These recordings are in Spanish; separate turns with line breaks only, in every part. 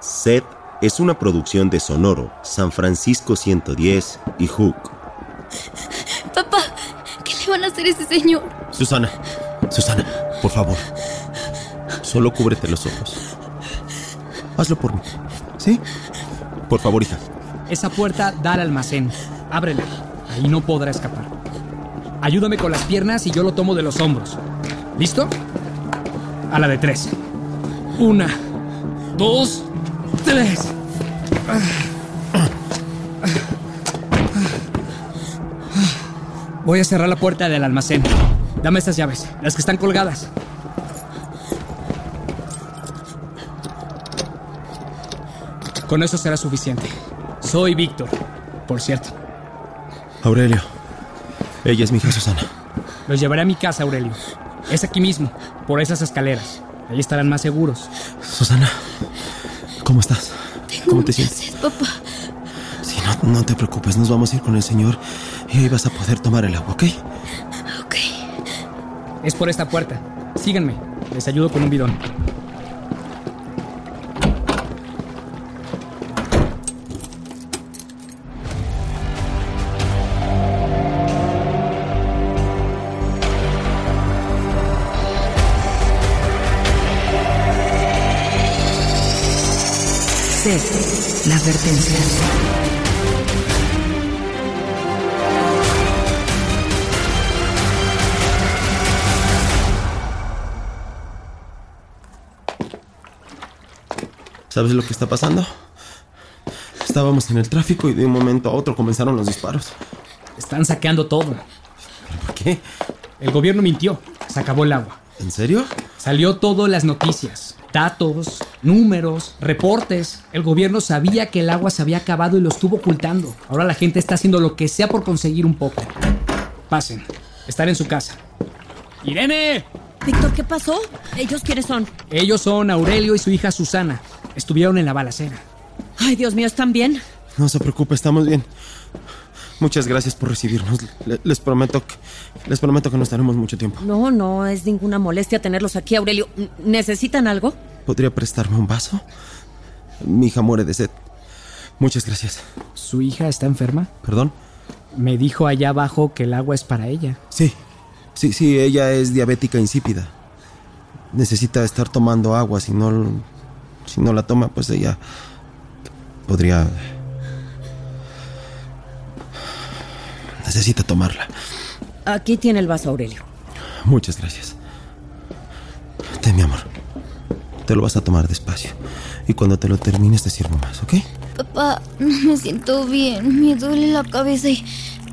Sed es una producción de Sonoro, San Francisco 110 y Hook.
Papá, ¿qué le van a hacer a ese señor?
Susana, Susana, por favor. Solo cúbrete los ojos. Hazlo por mí. ¿Sí? Por favor, hija.
Esa puerta da al almacén. Ábrela. Ahí no podrá escapar. Ayúdame con las piernas y yo lo tomo de los hombros. ¿Listo? A la de tres. Una, dos, tres. Voy a cerrar la puerta del almacén. Dame estas llaves, las que están colgadas. Con eso será suficiente. Soy Víctor, por cierto.
Aurelio. Ella es mi hija Susana.
Los llevaré a mi casa, Aurelio. Es aquí mismo, por esas escaleras. Ahí estarán más seguros.
Susana, ¿cómo estás?
Tengo
¿Cómo
mucha
te sientes?
sed, papá.
Sí, no, no te preocupes, nos vamos a ir con el señor y ahí vas a poder tomar el agua, ¿ok?
Ok.
Es por esta puerta. Síganme. Les ayudo con un bidón.
Sed, la advertencia.
¿Sabes lo que está pasando? Estábamos en el tráfico y de un momento a otro comenzaron los disparos.
Están saqueando todo.
¿Por qué?
El gobierno mintió. Se acabó el agua.
¿En serio?
Salió todo en las noticias. Datos, números, reportes. El gobierno sabía que el agua se había acabado y lo estuvo ocultando. Ahora la gente está haciendo lo que sea por conseguir un poco. Pasen. Estar en su casa. ¡Irene!
Víctor, ¿qué pasó? ¿Ellos quiénes son?
Ellos son Aurelio y su hija Susana. Estuvieron en la balacera.
Ay, Dios mío, ¿están bien?
No se preocupe, estamos bien. Muchas gracias por recibirnos. Le- les prometo que les prometo que no estaremos mucho tiempo.
No, no, es ninguna molestia tenerlos aquí, Aurelio. N- ¿Necesitan algo?
¿Podría prestarme un vaso? Mi hija muere de sed. Muchas gracias.
¿Su hija está enferma?
¿Perdón?
Me dijo allá abajo que el agua es para ella.
Sí. Sí, sí, ella es diabética insípida. Necesita estar tomando agua, si no si no la toma, pues ella podría Necesita tomarla.
Aquí tiene el vaso, Aurelio.
Muchas gracias. Ten, mi amor. Te lo vas a tomar despacio. Y cuando te lo termines te sirvo más, ¿ok?
Papá, no me siento bien. Me duele la cabeza y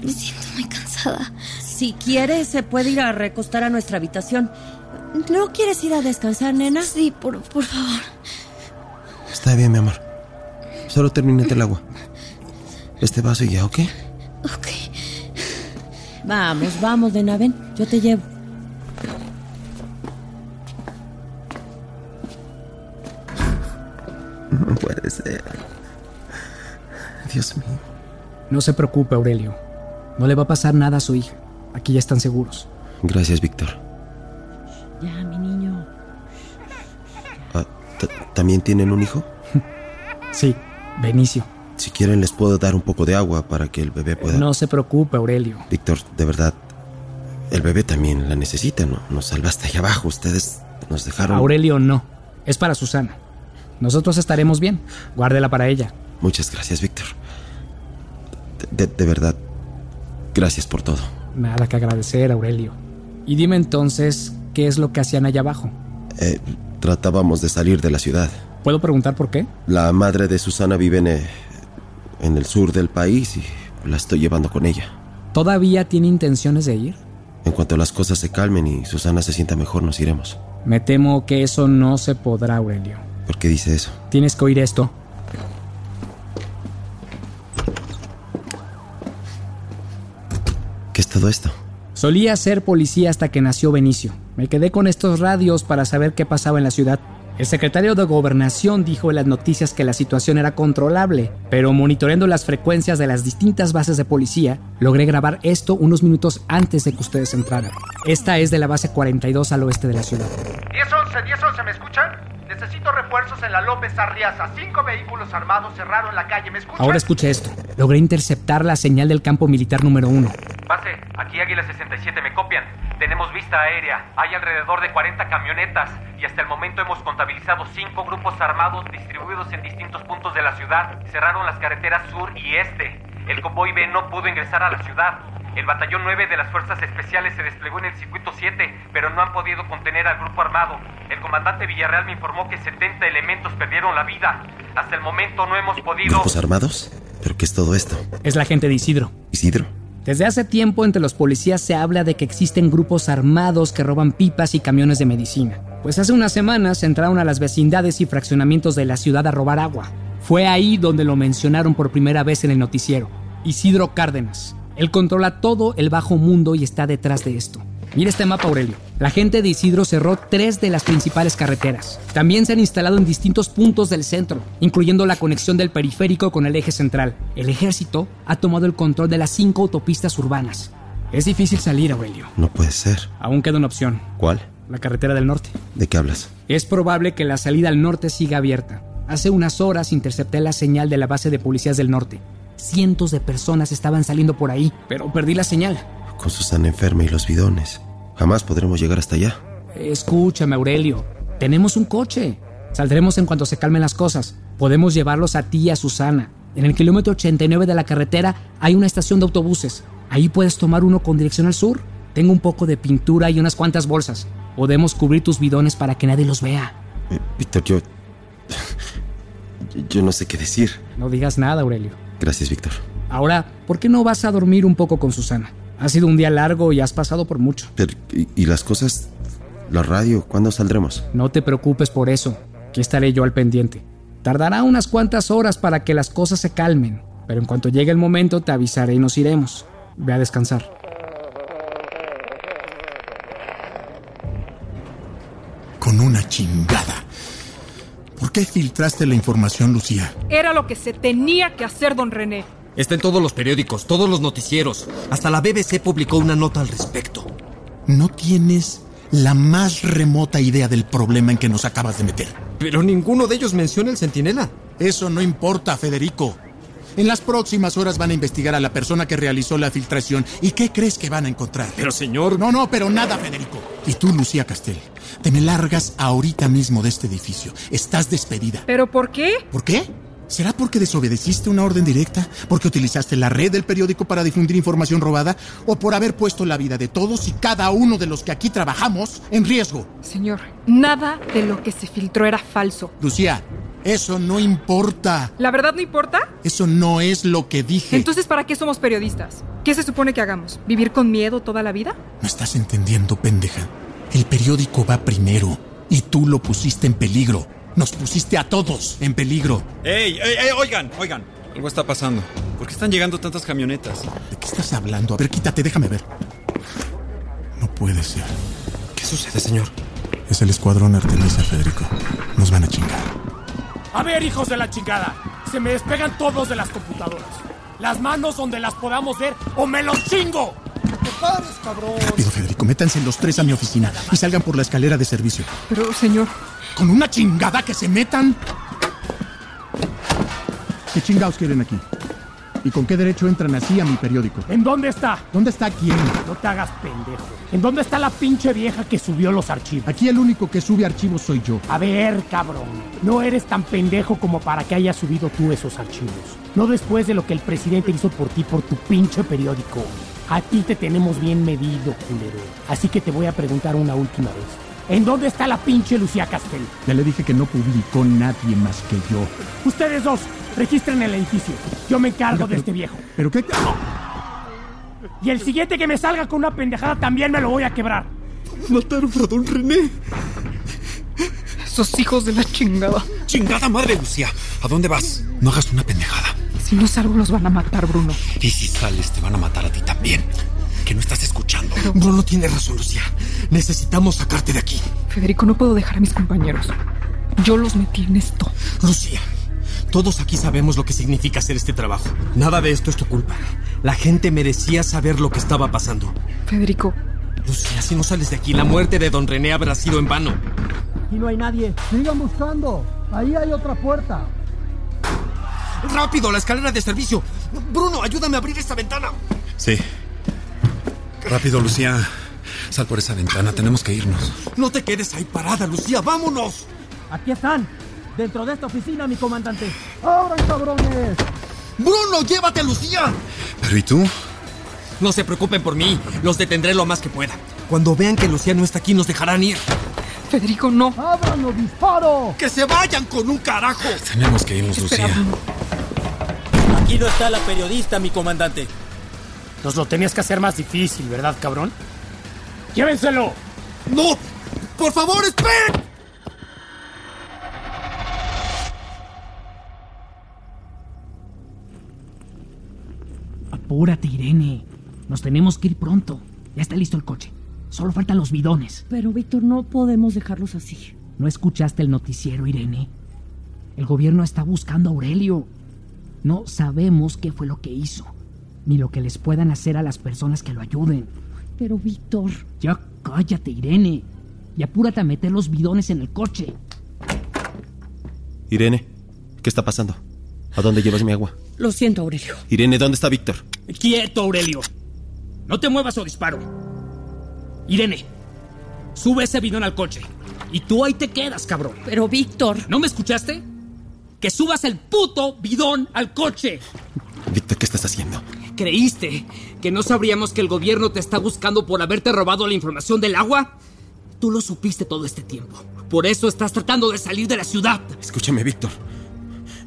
me siento muy cansada. Si quiere, se puede ir a recostar a nuestra habitación. ¿No quieres ir a descansar, nena? Sí, por, por favor.
Está bien, mi amor. Solo termínate el agua. Este vaso y ya, ¿ok?
Ok. Vamos, vamos, nena, ven. Yo te llevo.
No puede ser. Dios mío.
No se preocupe, Aurelio. No le va a pasar nada a su hija. Aquí ya están seguros.
Gracias, Víctor.
Ya, mi niño.
Ah, t- ¿También tienen un hijo?
Sí, Benicio.
Si quieren les puedo dar un poco de agua para que el bebé pueda...
No se preocupe, Aurelio.
Víctor, de verdad, el bebé también la necesita, ¿no? Nos salvaste allá abajo. Ustedes nos dejaron...
Aurelio no. Es para Susana. Nosotros estaremos bien. Guárdela para ella.
Muchas gracias, Víctor. De, de verdad, gracias por todo.
Nada que agradecer, Aurelio. Y dime entonces, ¿qué es lo que hacían allá abajo?
Eh, tratábamos de salir de la ciudad.
¿Puedo preguntar por qué?
La madre de Susana vive en, eh, en el sur del país y la estoy llevando con ella.
¿Todavía tiene intenciones de ir?
En cuanto las cosas se calmen y Susana se sienta mejor, nos iremos.
Me temo que eso no se podrá, Aurelio.
¿Por qué dice eso?
Tienes que oír esto.
¿Qué es todo esto?
Solía ser policía hasta que nació Benicio. Me quedé con estos radios para saber qué pasaba en la ciudad. El secretario de Gobernación dijo en las noticias que la situación era controlable, pero monitoreando las frecuencias de las distintas bases de policía, logré grabar esto unos minutos antes de que ustedes entraran. Esta es de la base 42 al oeste de la ciudad.
10-11, 10-11, ¿me escuchan? Necesito refuerzos en la López Arriaza. Cinco vehículos armados cerraron la calle. ¿Me escuchan?
Ahora escucha esto. Logré interceptar la señal del campo militar número uno.
Pase, aquí Águila 67, me copian. Tenemos vista aérea. Hay alrededor de 40 camionetas y hasta el momento hemos contabilizado cinco grupos armados distribuidos en distintos puntos de la ciudad. Cerraron las carreteras sur y este. El convoy B no pudo ingresar a la ciudad. El batallón 9 de las fuerzas especiales se desplegó en el circuito 7, pero no han podido contener al grupo armado. El comandante Villarreal me informó que 70 elementos perdieron la vida. Hasta el momento no hemos podido.
¿Grupos armados? ¿Pero qué es todo esto?
Es la gente de Isidro.
Isidro.
Desde hace tiempo entre los policías se habla de que existen grupos armados que roban pipas y camiones de medicina. Pues hace unas semanas entraron a las vecindades y fraccionamientos de la ciudad a robar agua. Fue ahí donde lo mencionaron por primera vez en el noticiero. Isidro Cárdenas. Él controla todo el bajo mundo y está detrás de esto. Mira este mapa, Aurelio. La gente de Isidro cerró tres de las principales carreteras. También se han instalado en distintos puntos del centro, incluyendo la conexión del periférico con el eje central. El ejército ha tomado el control de las cinco autopistas urbanas. Es difícil salir, Aurelio.
No puede ser.
Aún queda una opción,
¿Cuál?
la carretera del norte.
¿De qué hablas?
Es probable que la salida al norte siga abierta. Hace unas horas intercepté la señal de la base de policías del norte. Cientos de personas estaban saliendo por ahí, pero perdí la señal.
Con Susana enferma y los bidones. Jamás podremos llegar hasta allá.
Escúchame, Aurelio. Tenemos un coche. Saldremos en cuanto se calmen las cosas. Podemos llevarlos a ti y a Susana. En el kilómetro 89 de la carretera hay una estación de autobuses. Ahí puedes tomar uno con dirección al sur. Tengo un poco de pintura y unas cuantas bolsas. Podemos cubrir tus bidones para que nadie los vea.
Eh, Víctor, yo... Yo no sé qué decir.
No digas nada, Aurelio.
Gracias, Víctor.
Ahora, ¿por qué no vas a dormir un poco con Susana? Ha sido un día largo y has pasado por mucho.
Pero, ¿y, y las cosas? ¿La radio? ¿Cuándo saldremos?
No te preocupes por eso, que estaré yo al pendiente. Tardará unas cuantas horas para que las cosas se calmen, pero en cuanto llegue el momento te avisaré y nos iremos. Ve a descansar.
Con una chingada. ¿Por qué filtraste la información, Lucía?
Era lo que se tenía que hacer, don René.
Está en todos los periódicos, todos los noticieros. Hasta la BBC publicó una nota al respecto.
No tienes la más remota idea del problema en que nos acabas de meter.
Pero ninguno de ellos menciona el centinela.
Eso no importa, Federico. En las próximas horas van a investigar a la persona que realizó la filtración. ¿Y qué crees que van a encontrar?
Pero señor,
No, no, pero nada, Federico. Y tú, Lucía Castel, te me largas ahorita mismo de este edificio. Estás despedida.
¿Pero por qué?
¿Por qué? ¿Será porque desobedeciste una orden directa? ¿Porque utilizaste la red del periódico para difundir información robada? ¿O por haber puesto la vida de todos y cada uno de los que aquí trabajamos en riesgo?
Señor, nada de lo que se filtró era falso.
Lucía, eso no importa.
¿La verdad no importa?
Eso no es lo que dije.
Entonces, ¿para qué somos periodistas? ¿Qué se supone que hagamos? ¿Vivir con miedo toda la vida?
No estás entendiendo, pendeja. El periódico va primero y tú lo pusiste en peligro. Nos pusiste a todos en peligro.
¡Ey, ey, ey! Oigan, oigan. Algo está pasando. ¿Por qué están llegando tantas camionetas?
¿De qué estás hablando? A ver, quítate, déjame ver. No puede ser.
¿Qué sucede, señor?
Es el escuadrón Artemisa, Federico. Nos van a chingar.
A ver, hijos de la chingada, se me despegan todos de las computadoras. Las manos donde las podamos ver o me los chingo. ¡No te pares, cabrón!
Pido, Federico, métanse los tres a mi oficina y salgan por la escalera de servicio.
Pero, señor,
Con una chingada que se metan. ¿Qué chingados quieren aquí? ¿Y con qué derecho entran así a mi periódico?
¿En dónde está?
¿Dónde está quién?
No te hagas pendejo. ¿En dónde está la pinche vieja que subió los archivos?
Aquí el único que sube archivos soy yo.
A ver, cabrón, no eres tan pendejo como para que hayas subido tú esos archivos. No después de lo que el presidente hizo por ti por tu pinche periódico. A ti te tenemos bien medido, culero. Así que te voy a preguntar una última vez. ¿En dónde está la pinche Lucía Castel?
Ya le dije que no publicó nadie más que yo.
Ustedes dos, registren el edificio. Yo me encargo de este viejo.
¿Pero qué?
Y el siguiente que me salga con una pendejada también me lo voy a quebrar.
Mataron a don René.
esos hijos de la chingada.
¡Chingada madre, Lucía! ¿A dónde vas?
No hagas una pendejada.
Si no salgo, los van a matar, Bruno.
Y si sales, te van a matar a ti también. Que no estás escuchando. Bruno tiene razón, Lucía. Necesitamos sacarte de aquí.
Federico, no puedo dejar a mis compañeros. Yo los metí en esto.
Lucía, todos aquí sabemos lo que significa hacer este trabajo. Nada de esto es tu culpa. La gente merecía saber lo que estaba pasando.
Federico,
Lucía, si no sales de aquí, la muerte de don René habrá sido en vano.
Aquí no hay nadie. Sigan buscando. Ahí hay otra puerta.
¡Rápido, la escalera de servicio! Bruno, ayúdame a abrir esta ventana.
Sí. Rápido, Lucía. Sal por esa ventana, tenemos que irnos.
No te quedes ahí parada, Lucía, vámonos.
Aquí están. Dentro de esta oficina, mi comandante. ¡Abran, cabrones!
¡Bruno, llévate a Lucía!
Pero ¿y tú?
No se preocupen por mí, los detendré lo más que pueda. Cuando vean que Lucía no está aquí, nos dejarán ir.
Federico, no.
¡Ábranlo, disparo!
¡Que se vayan con un carajo!
Pues
Tenemos que irnos, Lucía.
Aquí no está la periodista, mi comandante.
Nos lo tenías que hacer más difícil, ¿verdad, cabrón? ¡Llévenselo!
¡No! ¡Por favor, esperen!
Apúrate, Irene. Nos tenemos que ir pronto. Ya está listo el coche. Solo faltan los bidones.
Pero, Víctor, no podemos dejarlos así.
¿No escuchaste el noticiero, Irene? El gobierno está buscando a Aurelio. No sabemos qué fue lo que hizo, ni lo que les puedan hacer a las personas que lo ayuden.
Pero, Víctor.
Ya cállate, Irene. Y apúrate a meter los bidones en el coche.
Irene, ¿qué está pasando? ¿A dónde llevas mi agua?
Lo siento, Aurelio.
Irene, ¿dónde está Víctor?
Quieto, Aurelio. No te muevas o disparo. Irene, sube ese bidón al coche. Y tú ahí te quedas, cabrón.
Pero, Víctor.
¿No me escuchaste? Que subas el puto bidón al coche.
Víctor, ¿qué estás haciendo?
¿Creíste que no sabríamos que el gobierno te está buscando por haberte robado la información del agua? Tú lo supiste todo este tiempo. Por eso estás tratando de salir de la ciudad.
Escúchame, Víctor.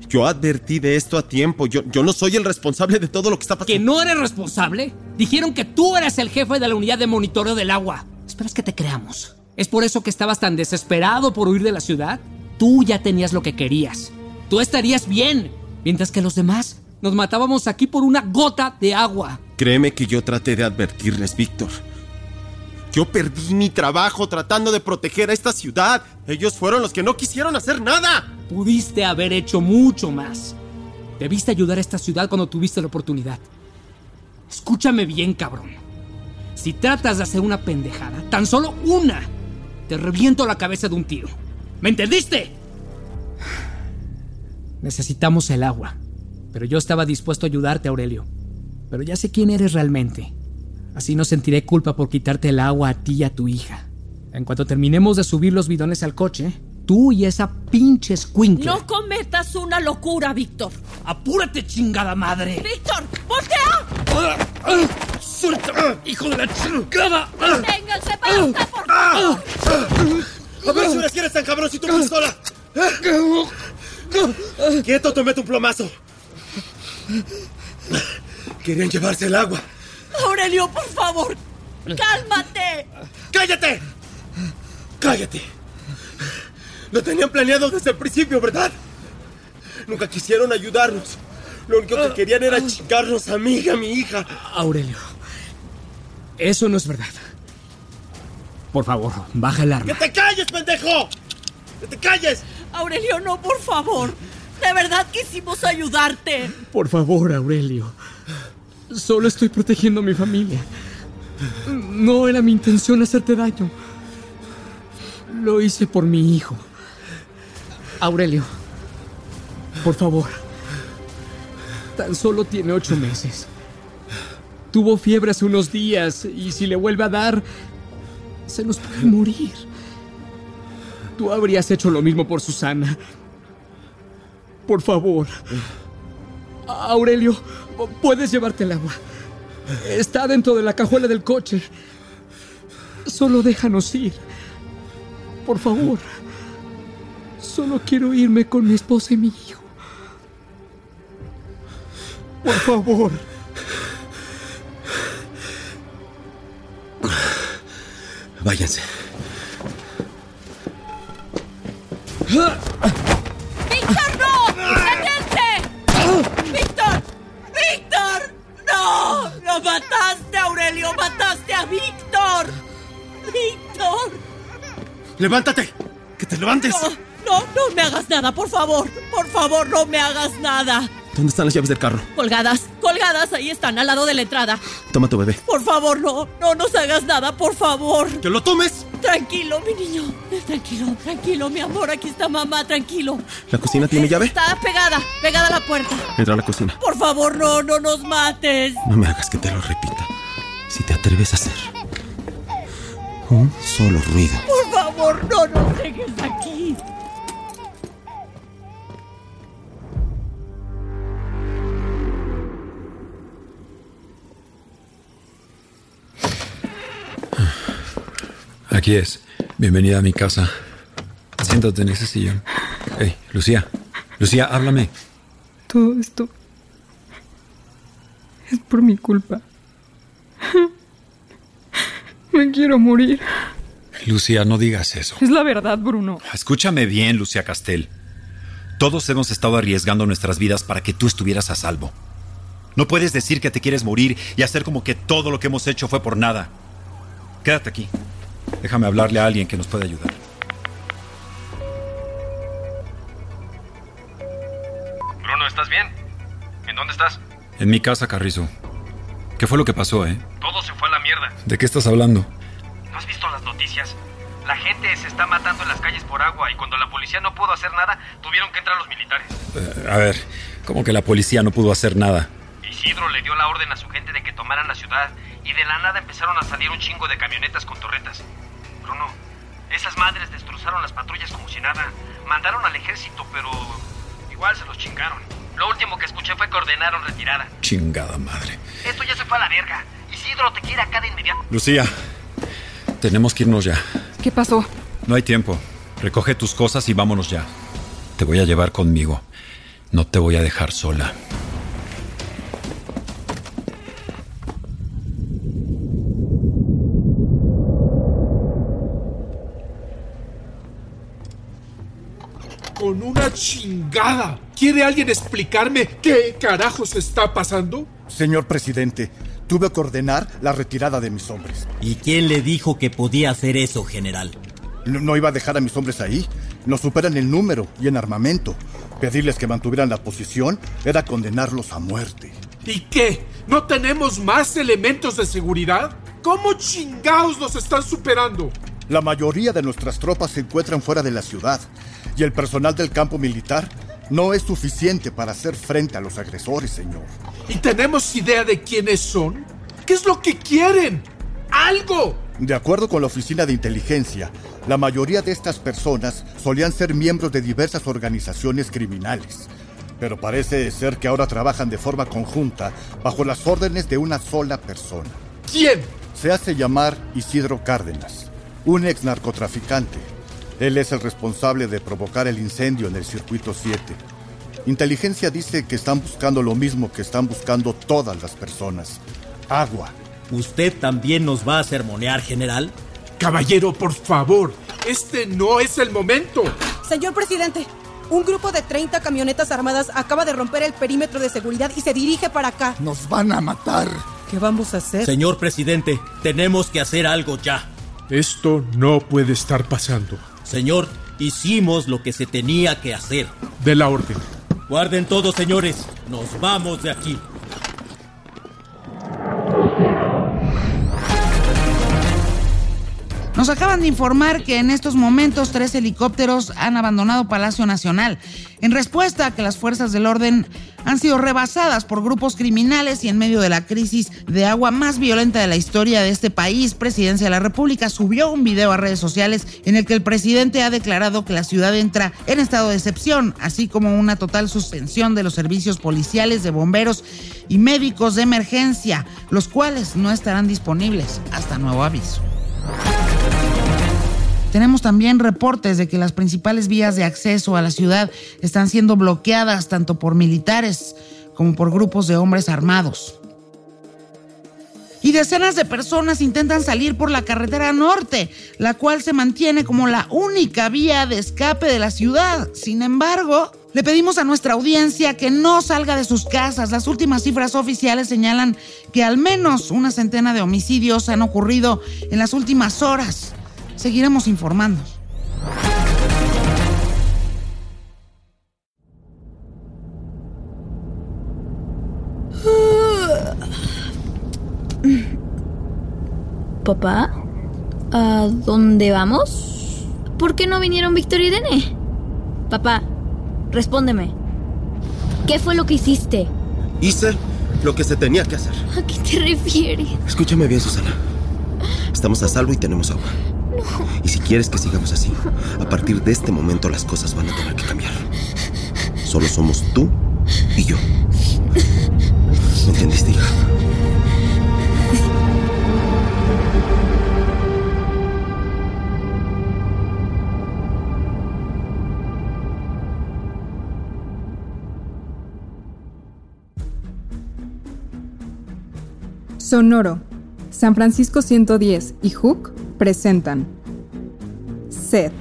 Yo advertí de esto a tiempo. Yo, yo no soy el responsable de todo lo que está pasando.
¿Que no eres responsable? Dijeron que tú eras el jefe de la unidad de monitoreo del agua. ¿Esperas que te creamos? ¿Es por eso que estabas tan desesperado por huir de la ciudad? Tú ya tenías lo que querías. Tú estarías bien. Mientras que los demás nos matábamos aquí por una gota de agua.
Créeme que yo traté de advertirles, Víctor. Yo perdí mi trabajo tratando de proteger a esta ciudad. Ellos fueron los que no quisieron hacer nada.
Pudiste haber hecho mucho más. Debiste ayudar a esta ciudad cuando tuviste la oportunidad. Escúchame bien, cabrón. Si tratas de hacer una pendejada, tan solo una, te reviento la cabeza de un tiro. ¿Me entendiste?
Necesitamos el agua. Pero yo estaba dispuesto a ayudarte, Aurelio. Pero ya sé quién eres realmente. Así no sentiré culpa por quitarte el agua a ti y a tu hija. En cuanto terminemos de subir los bidones al coche, tú y esa pinche squinkle.
No cometas una locura, Víctor.
¡Apúrate, chingada madre!
¡Víctor! ¡Voltea!
¡Suelta! ¡Hijo de la chingada!
Ah.
¡Vénganse para usted, por favor!
A ver si las quieres tan cabrón si tú pistola.
Quieto, te meto un plomazo. Querían llevarse el agua.
Aurelio, por favor, cálmate.
¡Cállate! ¡Cállate! Lo tenían planeado desde el principio, ¿verdad? Nunca quisieron ayudarnos. Lo único
Ah,
que querían era chingarnos a mí y a mi hija.
Aurelio, eso no es verdad. Por favor, baja el
¡Que
arma.
te calles, pendejo! ¡Que te calles!
Aurelio, no, por favor. De verdad quisimos ayudarte.
Por favor, Aurelio. Solo estoy protegiendo a mi familia. No era mi intención hacerte daño. Lo hice por mi hijo. Aurelio, por favor. Tan solo tiene ocho meses. Tuvo fiebre hace unos días y si le vuelve a dar, se nos puede morir. Tú habrías hecho lo mismo por Susana. Por favor. Aurelio, puedes llevarte el agua. Está dentro de la cajuela del coche. Solo déjanos ir. Por favor. Solo quiero irme con mi esposa y mi hijo. Por favor.
Váyanse.
¡Víctor, no! ¡Detente! ¡Víctor! ¡Víctor! ¡No! ¡Lo mataste, Aurelio! ¡Mataste a Víctor! ¡Víctor!
¡Levántate! ¡Que te levantes!
No, no me hagas nada, por favor. Por favor, no me hagas nada.
¿Dónde están las llaves del carro?
Colgadas, colgadas, ahí están, al lado de la entrada.
Toma tu bebé.
Por favor, no, no nos hagas nada, por favor.
¡Que lo tomes!
Tranquilo, mi niño. Tranquilo, tranquilo, mi amor. Aquí está mamá, tranquilo.
¿La cocina tiene llave?
Está pegada, pegada a la puerta.
Entra a la cocina.
Por favor, no, no nos mates.
No me hagas que te lo repita. Si te atreves a hacer un solo ruido.
Por favor, no nos dejes aquí.
Aquí es. Bienvenida a mi casa. Siéntate en ese sillón. Hey, Lucía. Lucía, háblame.
Todo esto es por mi culpa. Me quiero morir.
Lucía, no digas eso.
Es la verdad, Bruno.
Escúchame bien, Lucía Castel. Todos hemos estado arriesgando nuestras vidas para que tú estuvieras a salvo. No puedes decir que te quieres morir y hacer como que todo lo que hemos hecho fue por nada. Quédate aquí. Déjame hablarle a alguien que nos pueda ayudar.
Bruno, ¿estás bien? ¿En dónde estás?
En mi casa, Carrizo. ¿Qué fue lo que pasó, eh?
Todo se fue a la mierda.
¿De qué estás hablando?
¿No has visto las noticias? La gente se está matando en las calles por agua y cuando la policía no pudo hacer nada, tuvieron que entrar los militares.
Eh, a ver, ¿cómo que la policía no pudo hacer nada?
Isidro le dio la orden a su gente de que tomaran la ciudad y de la nada empezaron a salir un chingo de camionetas con torretas. Bruno, esas madres destrozaron las patrullas como si nada. Mandaron al ejército, pero igual se los chingaron. Lo último que escuché fue que ordenaron retirada.
Chingada madre.
Esto ya se fue a la verga. Isidro te quiere acá de inmediato.
Lucía, tenemos que irnos ya.
¿Qué pasó?
No hay tiempo. Recoge tus cosas y vámonos ya. Te voy a llevar conmigo. No te voy a dejar sola.
con una chingada. ¿Quiere alguien explicarme qué carajos está pasando?
Señor presidente, tuve que ordenar la retirada de mis hombres.
¿Y quién le dijo que podía hacer eso, general?
No, no iba a dejar a mis hombres ahí. Nos superan en número y en armamento. Pedirles que mantuvieran la posición era condenarlos a muerte.
¿Y qué? ¿No tenemos más elementos de seguridad? ¿Cómo chingados nos están superando?
La mayoría de nuestras tropas se encuentran fuera de la ciudad y el personal del campo militar no es suficiente para hacer frente a los agresores, señor.
¿Y tenemos idea de quiénes son? ¿Qué es lo que quieren? ¡Algo!
De acuerdo con la Oficina de Inteligencia, la mayoría de estas personas solían ser miembros de diversas organizaciones criminales. Pero parece ser que ahora trabajan de forma conjunta bajo las órdenes de una sola persona.
¿Quién?
Se hace llamar Isidro Cárdenas un ex narcotraficante. Él es el responsable de provocar el incendio en el circuito 7. Inteligencia dice que están buscando lo mismo que están buscando todas las personas. Agua.
¿Usted también nos va a sermonear, general?
Caballero, por favor, este no es el momento.
Señor presidente, un grupo de 30 camionetas armadas acaba de romper el perímetro de seguridad y se dirige para acá.
Nos van a matar.
¿Qué vamos a hacer?
Señor presidente, tenemos que hacer algo ya.
Esto no puede estar pasando.
Señor, hicimos lo que se tenía que hacer.
De la orden.
Guarden todo, señores. Nos vamos de aquí.
Nos acaban de informar que en estos momentos tres helicópteros han abandonado Palacio Nacional en respuesta a que las fuerzas del orden han sido rebasadas por grupos criminales y en medio de la crisis de agua más violenta de la historia de este país, Presidencia de la República subió un video a redes sociales en el que el presidente ha declarado que la ciudad entra en estado de excepción, así como una total suspensión de los servicios policiales, de bomberos y médicos de emergencia, los cuales no estarán disponibles hasta nuevo aviso. Tenemos también reportes de que las principales vías de acceso a la ciudad están siendo bloqueadas tanto por militares como por grupos de hombres armados. Y decenas de personas intentan salir por la carretera norte, la cual se mantiene como la única vía de escape de la ciudad. Sin embargo, le pedimos a nuestra audiencia que no salga de sus casas. Las últimas cifras oficiales señalan que al menos una centena de homicidios han ocurrido en las últimas horas seguiremos informando.
¿Papá?
¿A dónde vamos? ¿Por qué no vinieron Víctor y Irene? Papá, respóndeme. ¿Qué fue lo que hiciste?
Hice lo que se tenía que hacer.
¿A qué te refieres?
Escúchame bien, Susana. Estamos a salvo y tenemos agua. Y si quieres que sigamos así, a partir de este momento las cosas van a tener que cambiar. Solo somos tú y yo. ¿Me entendiste, hija?
Sonoro, San Francisco 110 y Hook presentan Sed.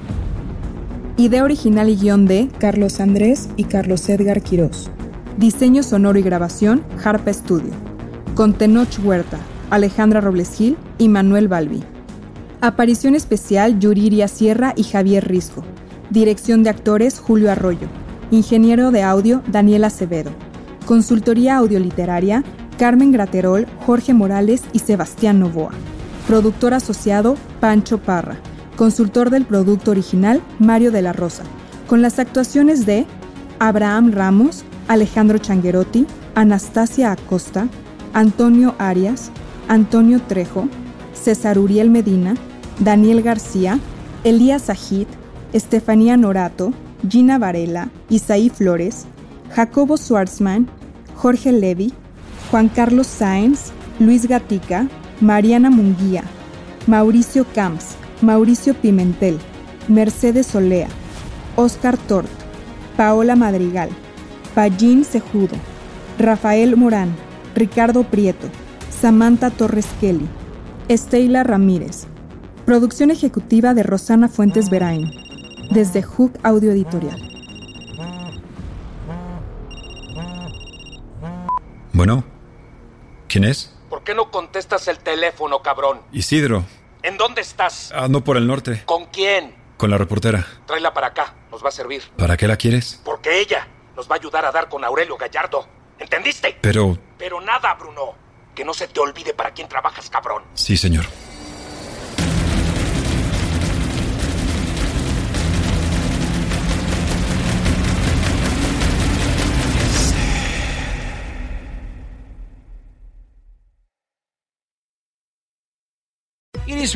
Idea original y guión de Carlos Andrés y Carlos Edgar Quirós. Diseño sonoro y grabación Harpa Studio. Con Tenoch Huerta, Alejandra Robles Gil y Manuel Balbi. Aparición especial Yuriria Sierra y Javier Risco. Dirección de actores Julio Arroyo. Ingeniero de audio Daniel Acevedo. Consultoría audioliteraria Carmen Graterol, Jorge Morales y Sebastián Novoa. Productor asociado, Pancho Parra. Consultor del producto original, Mario de la Rosa. Con las actuaciones de Abraham Ramos, Alejandro Changuerotti, Anastasia Acosta, Antonio Arias, Antonio Trejo, César Uriel Medina, Daniel García, Elías Ajit, Estefanía Norato, Gina Varela, Isaí Flores, Jacobo Schwartzman, Jorge Levy, Juan Carlos Sáenz, Luis Gatica, Mariana Munguía, Mauricio Camps, Mauricio Pimentel, Mercedes Olea, Oscar Tort, Paola Madrigal, Pallín Cejudo, Rafael Morán, Ricardo Prieto, Samantha Torres Kelly, Estela Ramírez. Producción ejecutiva de Rosana Fuentes Verain, desde Hook Audio Editorial.
Bueno, ¿quién es?
¿Por qué no contestas el teléfono, cabrón?
Isidro.
¿En dónde estás?
Ando por el norte.
¿Con quién?
Con la reportera.
Tráela para acá, nos va a servir.
¿Para qué la quieres?
Porque ella nos va a ayudar a dar con Aurelio Gallardo. ¿Entendiste?
Pero...
Pero nada, Bruno. Que no se te olvide para quién trabajas, cabrón.
Sí, señor.
It is